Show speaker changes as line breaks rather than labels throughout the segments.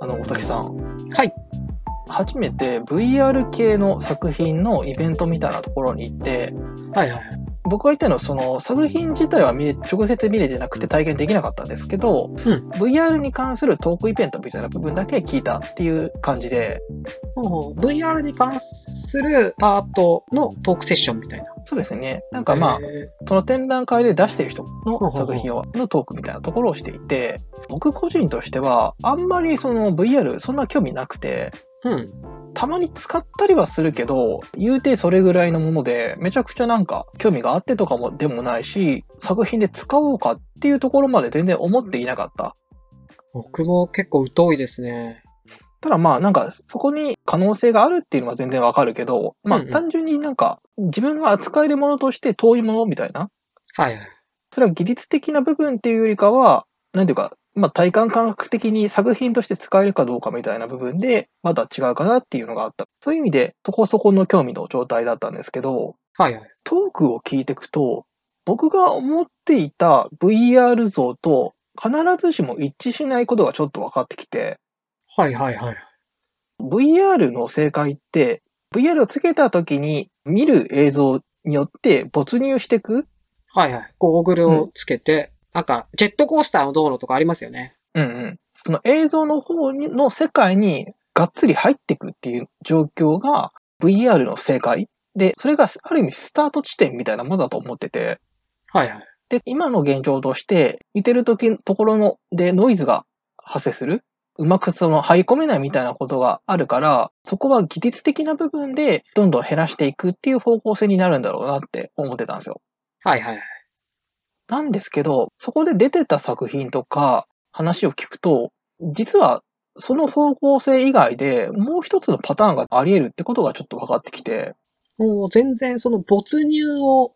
あの、おたけさん、
はい。
初めて VR 系の作品のイベントみたいなところに行って、
はいはい。
僕が言ったのは、その作品自体は見れ直接見れてなくて体験できなかったんですけど、VR に関するトークイベントみたいな部分だけ聞いたっていう感じで、
VR に関するアートのトークセッションみたいな。
そうですね。なんかまあ、その展覧会で出してる人の作品をのトークみたいなところをしていて、僕個人としては、あんまりその VR そんな興味なくて、
うん。
たまに使ったりはするけど、言うてそれぐらいのもので、めちゃくちゃなんか興味があってとかもでもないし、作品で使おうかっていうところまで全然思っていなかった。
僕も結構疎いですね。
ただまあなんかそこに可能性があるっていうのは全然わかるけど、まあ
うんうん
単純になんか自分が扱えるものとして遠いものみたいな
はいはい。
それは技術的な部分っていうよりかは、なんていうか、まあ、体感感覚的に作品として使えるかどうかみたいな部分で、まだ違うかなっていうのがあった。そういう意味で、そこそこの興味の状態だったんですけど、
はいはい。
トークを聞いていくと、僕が思っていた VR 像と必ずしも一致しないことがちょっと分かってきて、
はいはいはい。
VR の正解って、VR をつけた時に見る映像によって没入していく
はいはい。ゴーグルをつけて、なんか、ジェットコースターの道路とかありますよね。
うんうん。その映像の方にの世界にがっつり入ってくっていう状況が VR の正解。で、それがある意味スタート地点みたいなものだと思ってて。
はいはい。
で、今の現状として、見てるとき、ところの、で、ノイズが発生する。うまくその入り込めないみたいなことがあるから、そこは技術的な部分でどんどん減らしていくっていう方向性になるんだろうなって思ってたんですよ。
はいはい。
なんですけど、そこで出てた作品とか話を聞くと、実はその方向性以外でもう一つのパターンがあり得るってことがちょっと分かってきて、
もう全然その没入を考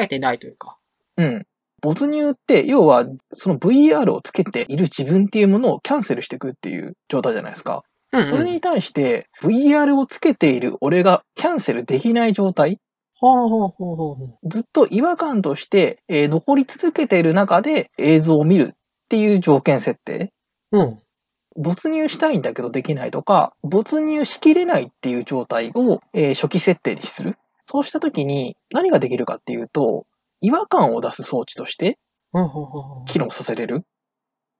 えてないというか。
うん。没入って、要はその VR をつけている自分っていうものをキャンセルしていくっていう状態じゃないですか。
うん、
それに対して、VR をつけている俺がキャンセルできない状態
ほうほうほうほうほう。
ずっと違和感として、えー残り続けている中で映像を見るっていう条件設定
うん。
没入したいんだけどできないとか、没入しきれないっていう状態を、えー初期設定にする。そうした時に何ができるかっていうと、違和感を出す装置として
うんほうほうほう
機能させれる。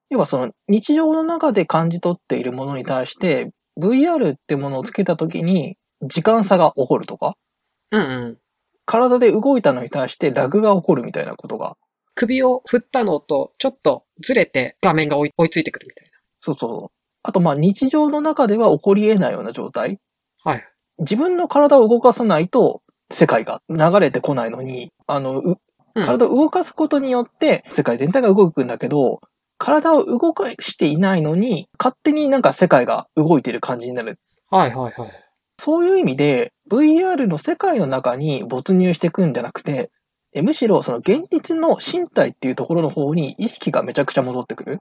要はその日常の中で感じ取っているものに対して、VR ってものをつけた時に時間差が起こるとか、
うんうん。
体で動いたのに対してラグが起こるみたいなことが、
首を振ったのと、ちょっとずれて画面が追い追いついてくるみたい
そうそう。あとまあ日常の中では起こり得ないような状態。
な。はい。
自分の体を動かさないと世界が流れてこないのに、あの、う
うん
体を動かすことによって世界全体が動くんだけど、体を動かしていないのに、勝手になんか世界が動いてる感じになる。
はいはいはい。
そういう意味で、VR の世界の中に没入していくんじゃなくて、えむしろその現実の身体っていうところの方に意識がめちゃくちゃ戻ってくる。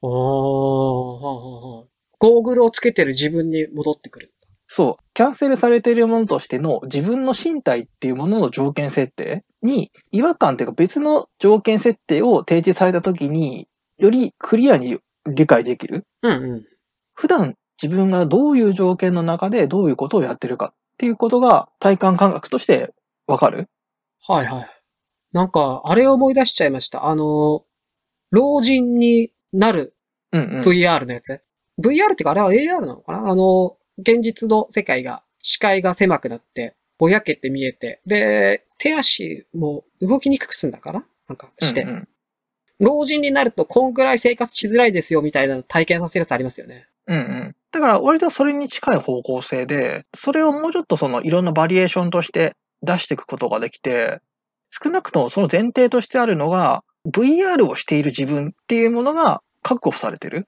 おー、はははゴーグルをつけてる自分に戻ってくる。
そう、キャンセルされているものとしての自分の身体っていうものの条件設定に違和感というか別の条件設定を提示されたときによりクリアに理解できる。
うんうん。
普段自分がどういう条件の中でどういうことをやってるかっていうことが体感感覚としてわかる。
はいはい。なんか、あれを思い出しちゃいました。あの、老人になる
うんうん。
VR のやつ。VR ってか、あれは AR なのかなあの、現実の世界が、視界が狭くなって、ぼやけて見えて、で、手足も動きにくくすんだからなんかして、
うんうん
老人になるとこんくらい生活しづらいですよみたいなの体験させるやつありますよね。
うんうん。だから割とそれに近い方向性で、それをもうちょっとそのいろんなバリエーションとして出していくことができて、少なくともその前提としてあるのが、VR をしている自分っていうものが確保されてる。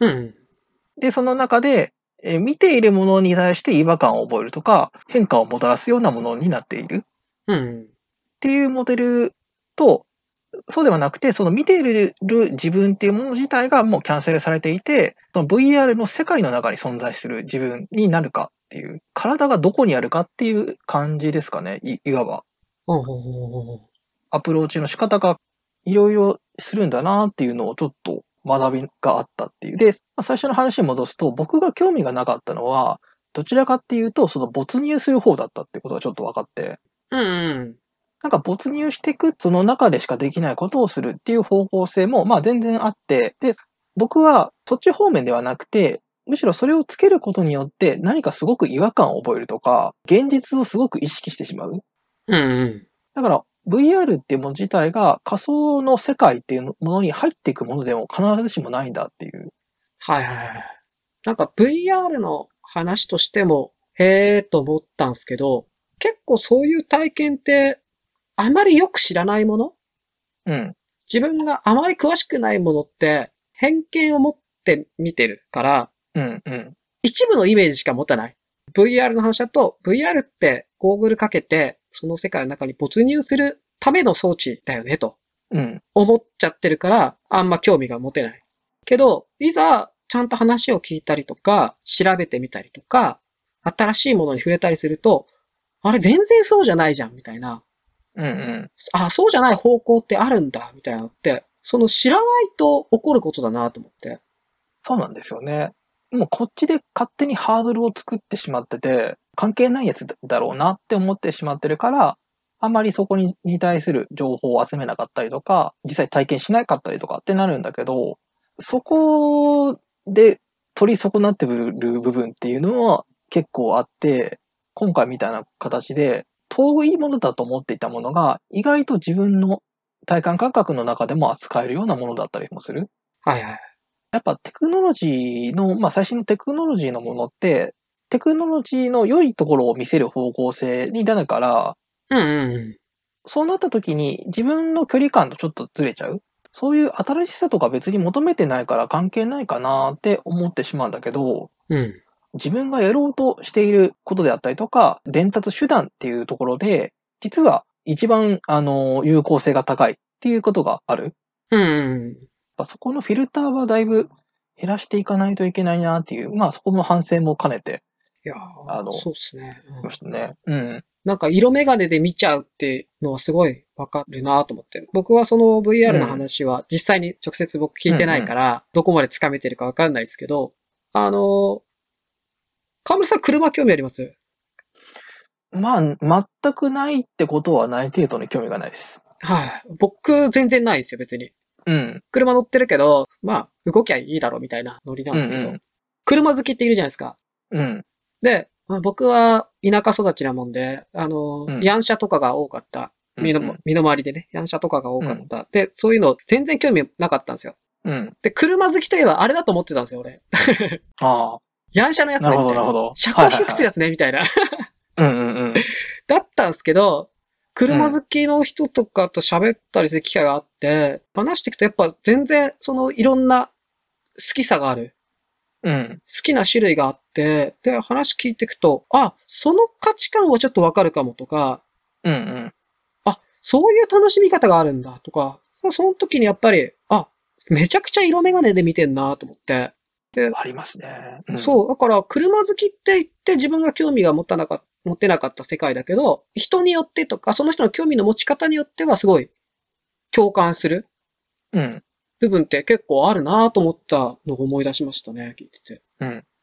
うんうん。
で、その中で、えー見ているものに対して違和感を覚えるとか、変化をもたらすようなものになっている。
うんうん。
っていうモデルと、そうではなくて、その見ている自分っていうもの自体がもうキャンセルされていて、その VR の世界の中に存在する自分になるかっていう、体がどこにあるかっていう感じですかね、いいわば。
うんうんうんうん
アプローチの仕方がいろいろするんだなっていうのをちょっと学びがあったっていう。で、まあ最初の話に戻すと、僕が興味がなかったのは、どちらかっていうと、その没入する方だったってことがちょっと分かって、
うんうん。
なんか没入していく、その中でしかできないことをするっていう方向性も、まあ全然あって、で、僕はそっち方面ではなくて、むしろそれをつけることによって何かすごく違和感を覚えるとか、現実をすごく意識してしまう。
うんうん。
だから VR っていうもの自体が仮想の世界っていうものに入っていくものでも必ずしもないんだっていう。
はいはいはい。なんか VR の話としても、へーと思ったんですけど、結構そういう体験って、あまりよく知らないもの
うん。
自分があまり詳しくないものって、偏見を持って見てるから、
うん。うん。
一部のイメージしか持たない。VR の話だと、VR ってゴーグルかけて、その世界の中に没入するための装置だよね、と。
うん。
思っちゃってるから、あんま興味が持てない。けど、いざ、ちゃんと話を聞いたりとか、調べてみたりとか、新しいものに触れたりすると、あれ全然そうじゃないじゃん、みたいな。
うん。うん。
あ、そうじゃない方向ってあるんだ、みたいなのって、その知らないと起こることだなと思って。
そうなんですよね。もうこっちで勝手にハードルを作ってしまってて、関係ないやつだろうなって思ってしまってるから、あまりそこにに対する情報を集めなかったりとか、実際体験しなかったりとかってなるんだけど、そこで取り損なってくる部分っていうのは結構あって、今回みたいな形で、遠いものだと思っていたものが、意外と自分の体感感覚の中でも扱えるようなものだったりもする。
はいはい。
やっぱテクノロジーの、まあ最新のテクノロジーのものって、テクノロジーの良いところを見せる方向性にだから、
うんうん
そうなった時に自分の距離感とちょっとずれちゃう。そういう新しさとか別に求めてないから関係ないかなって思ってしまうんだけど、
うん。うん。
自分がやろうとしていることであったりとか、伝達手段っていうところで、実は一番、あの、有効性が高いっていうことがある。
うんうん。
やっぱそこのフィルターはだいぶ減らしていかないといけないなっていう、まあそこの反省も兼ねて
いや
あ
ー
の
そうっすね。うん
ましたね。うん。
なんか色眼鏡で見ちゃうっていうのはすごいわかるなと思って。僕はその VR の話は実際に直接僕聞いてないから、どこまで掴めてるかわかんないですけど、あのー、河村さん車興味あります
まあ、全くないってことはない程度に興味がないです。
はい。僕全然ないんですよ、別に。
うん。
車乗ってるけど、まあ、動きゃいいだろみたいなノリなんですけど、
うんうん
車好きっているじゃないですか。
うん。
で、まあ僕は田舎育ちなもんで、あのー
うん
ヤンシャとかが多かった。身の
うん
身の回りでね、ヤンシャとかが多かった。で、そういうの全然興味なかったんですよ。
うん。
で、車好きといえばあれだと思ってたんですよ、俺。
あ
ヤンシャのや
あ。
つね
な
み
るほど、
たい
なるほど。
車高低くする
る。
やつね、みたいな。
うんうんうん。
だったんですけど、車好きの人とかと喋ったりする機会があって、話していくとやっぱ全然、そのいろんな好きさがある。
うん。
好きな種類があって、で、話聞いていくと、あ、その価値観はちょっとわかるかもとか、
うんうん。
あ、そういう楽しみ方があるんだとか、その時にやっぱり、あ、めちゃくちゃ色眼鏡で見てんなと思って、
ありますね。うん、う。
そう、だから車好きって言って自分が興味が持たなかった。持ってなかった世界だけど、人によってとか、その人の興味の持ち方によってはすごい共感する
うん。
部分って結構あるなと思ったのを思い出しましたね、聞いてて。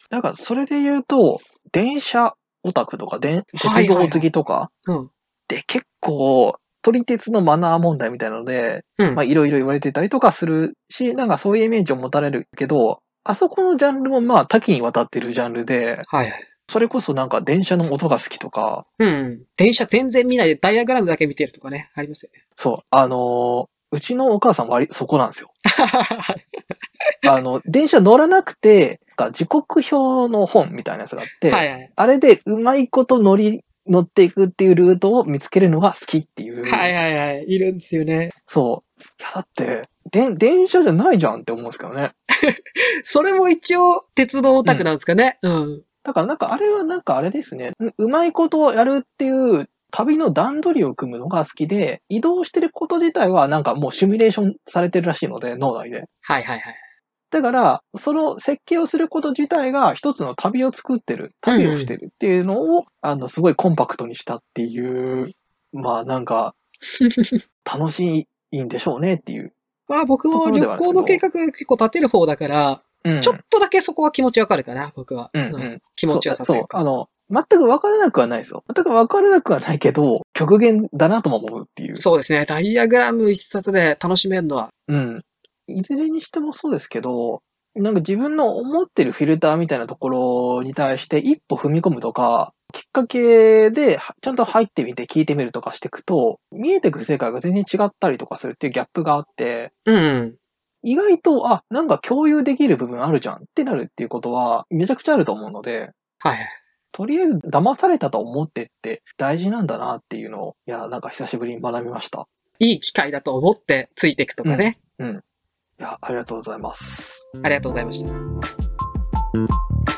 なんか、それで言うと、電車オタクとか、電
はいはい
鉄道好きとか、
うん。
で結構、撮り鉄のマナー問題みたいなので、
うん。
まあ、いろいろ言われてたりとかするし、なんかそういうイメージを持たれるけど、あそこのジャンルもまあ多岐にわたってるジャンルで、
はいはい。
それこそなんか電車の音が好きとか、
うん。電車全然見ないでダイアグラムだけ見てるとかね、あります よね。
そう、あのーうちのお母さん割りそこなんですよ。あの、電車乗らなくて、なんか時刻表の本みたいなやつがあって、
はいはい。
あれでうまいこと乗り、乗っていくっていうルートを見つけるのが好きっていう。
はいはいはい。いるんですよね。
そう。いや、だって、で、電車じゃないじゃんって思うんですけどね。
それも一応、鉄道オタクなんですかね。うん。
だからなんかあれはなんかあれですね。ううまいことをやるっていう旅の段取りを組むのが好きで、移動してること自体はなんかもうシミュレーションされてるらしいので、脳内で。
はいはいはい。
だから、その設計をすること自体が一つの旅を作ってる、旅をしてるっていうのを、あの、すごいコンパクトにしたっていう、まあなん か、楽しいんでしょうねっていう。
まあ僕も旅行の計画結構立てる方だから、
うん
ちょっとだけそこは気持ちわかるかな、僕は。
うん
う
うんん。
気持ちよさという
そう
か。
そうあの、全く分からなくはないですよ。全く分からなくはないけど、極限だなとも思うっていう。
そうですね。ダイアグラム一冊で楽しめるのは。
うん。いずれにしてもそうですけど、なんか自分の思ってるフィルターみたいなところに対して一歩踏み込むとか、きっかけではちゃんと入ってみて聞いてみるとかしていくと、見えてくる世界が全然違ったりとかするっていうギャップがあって、
うん。
意外と、あ、なんか共有できる部分あるじゃんってなるっていうことはめちゃくちゃあると思うので、
はい。
とりあえず騙されたと思ってって大事なんだなっていうのを、いや、なんか久しぶりに学びました。
いい機会だと思ってついていくとかね。
いや、ありがとうございます。
ありがとうございました。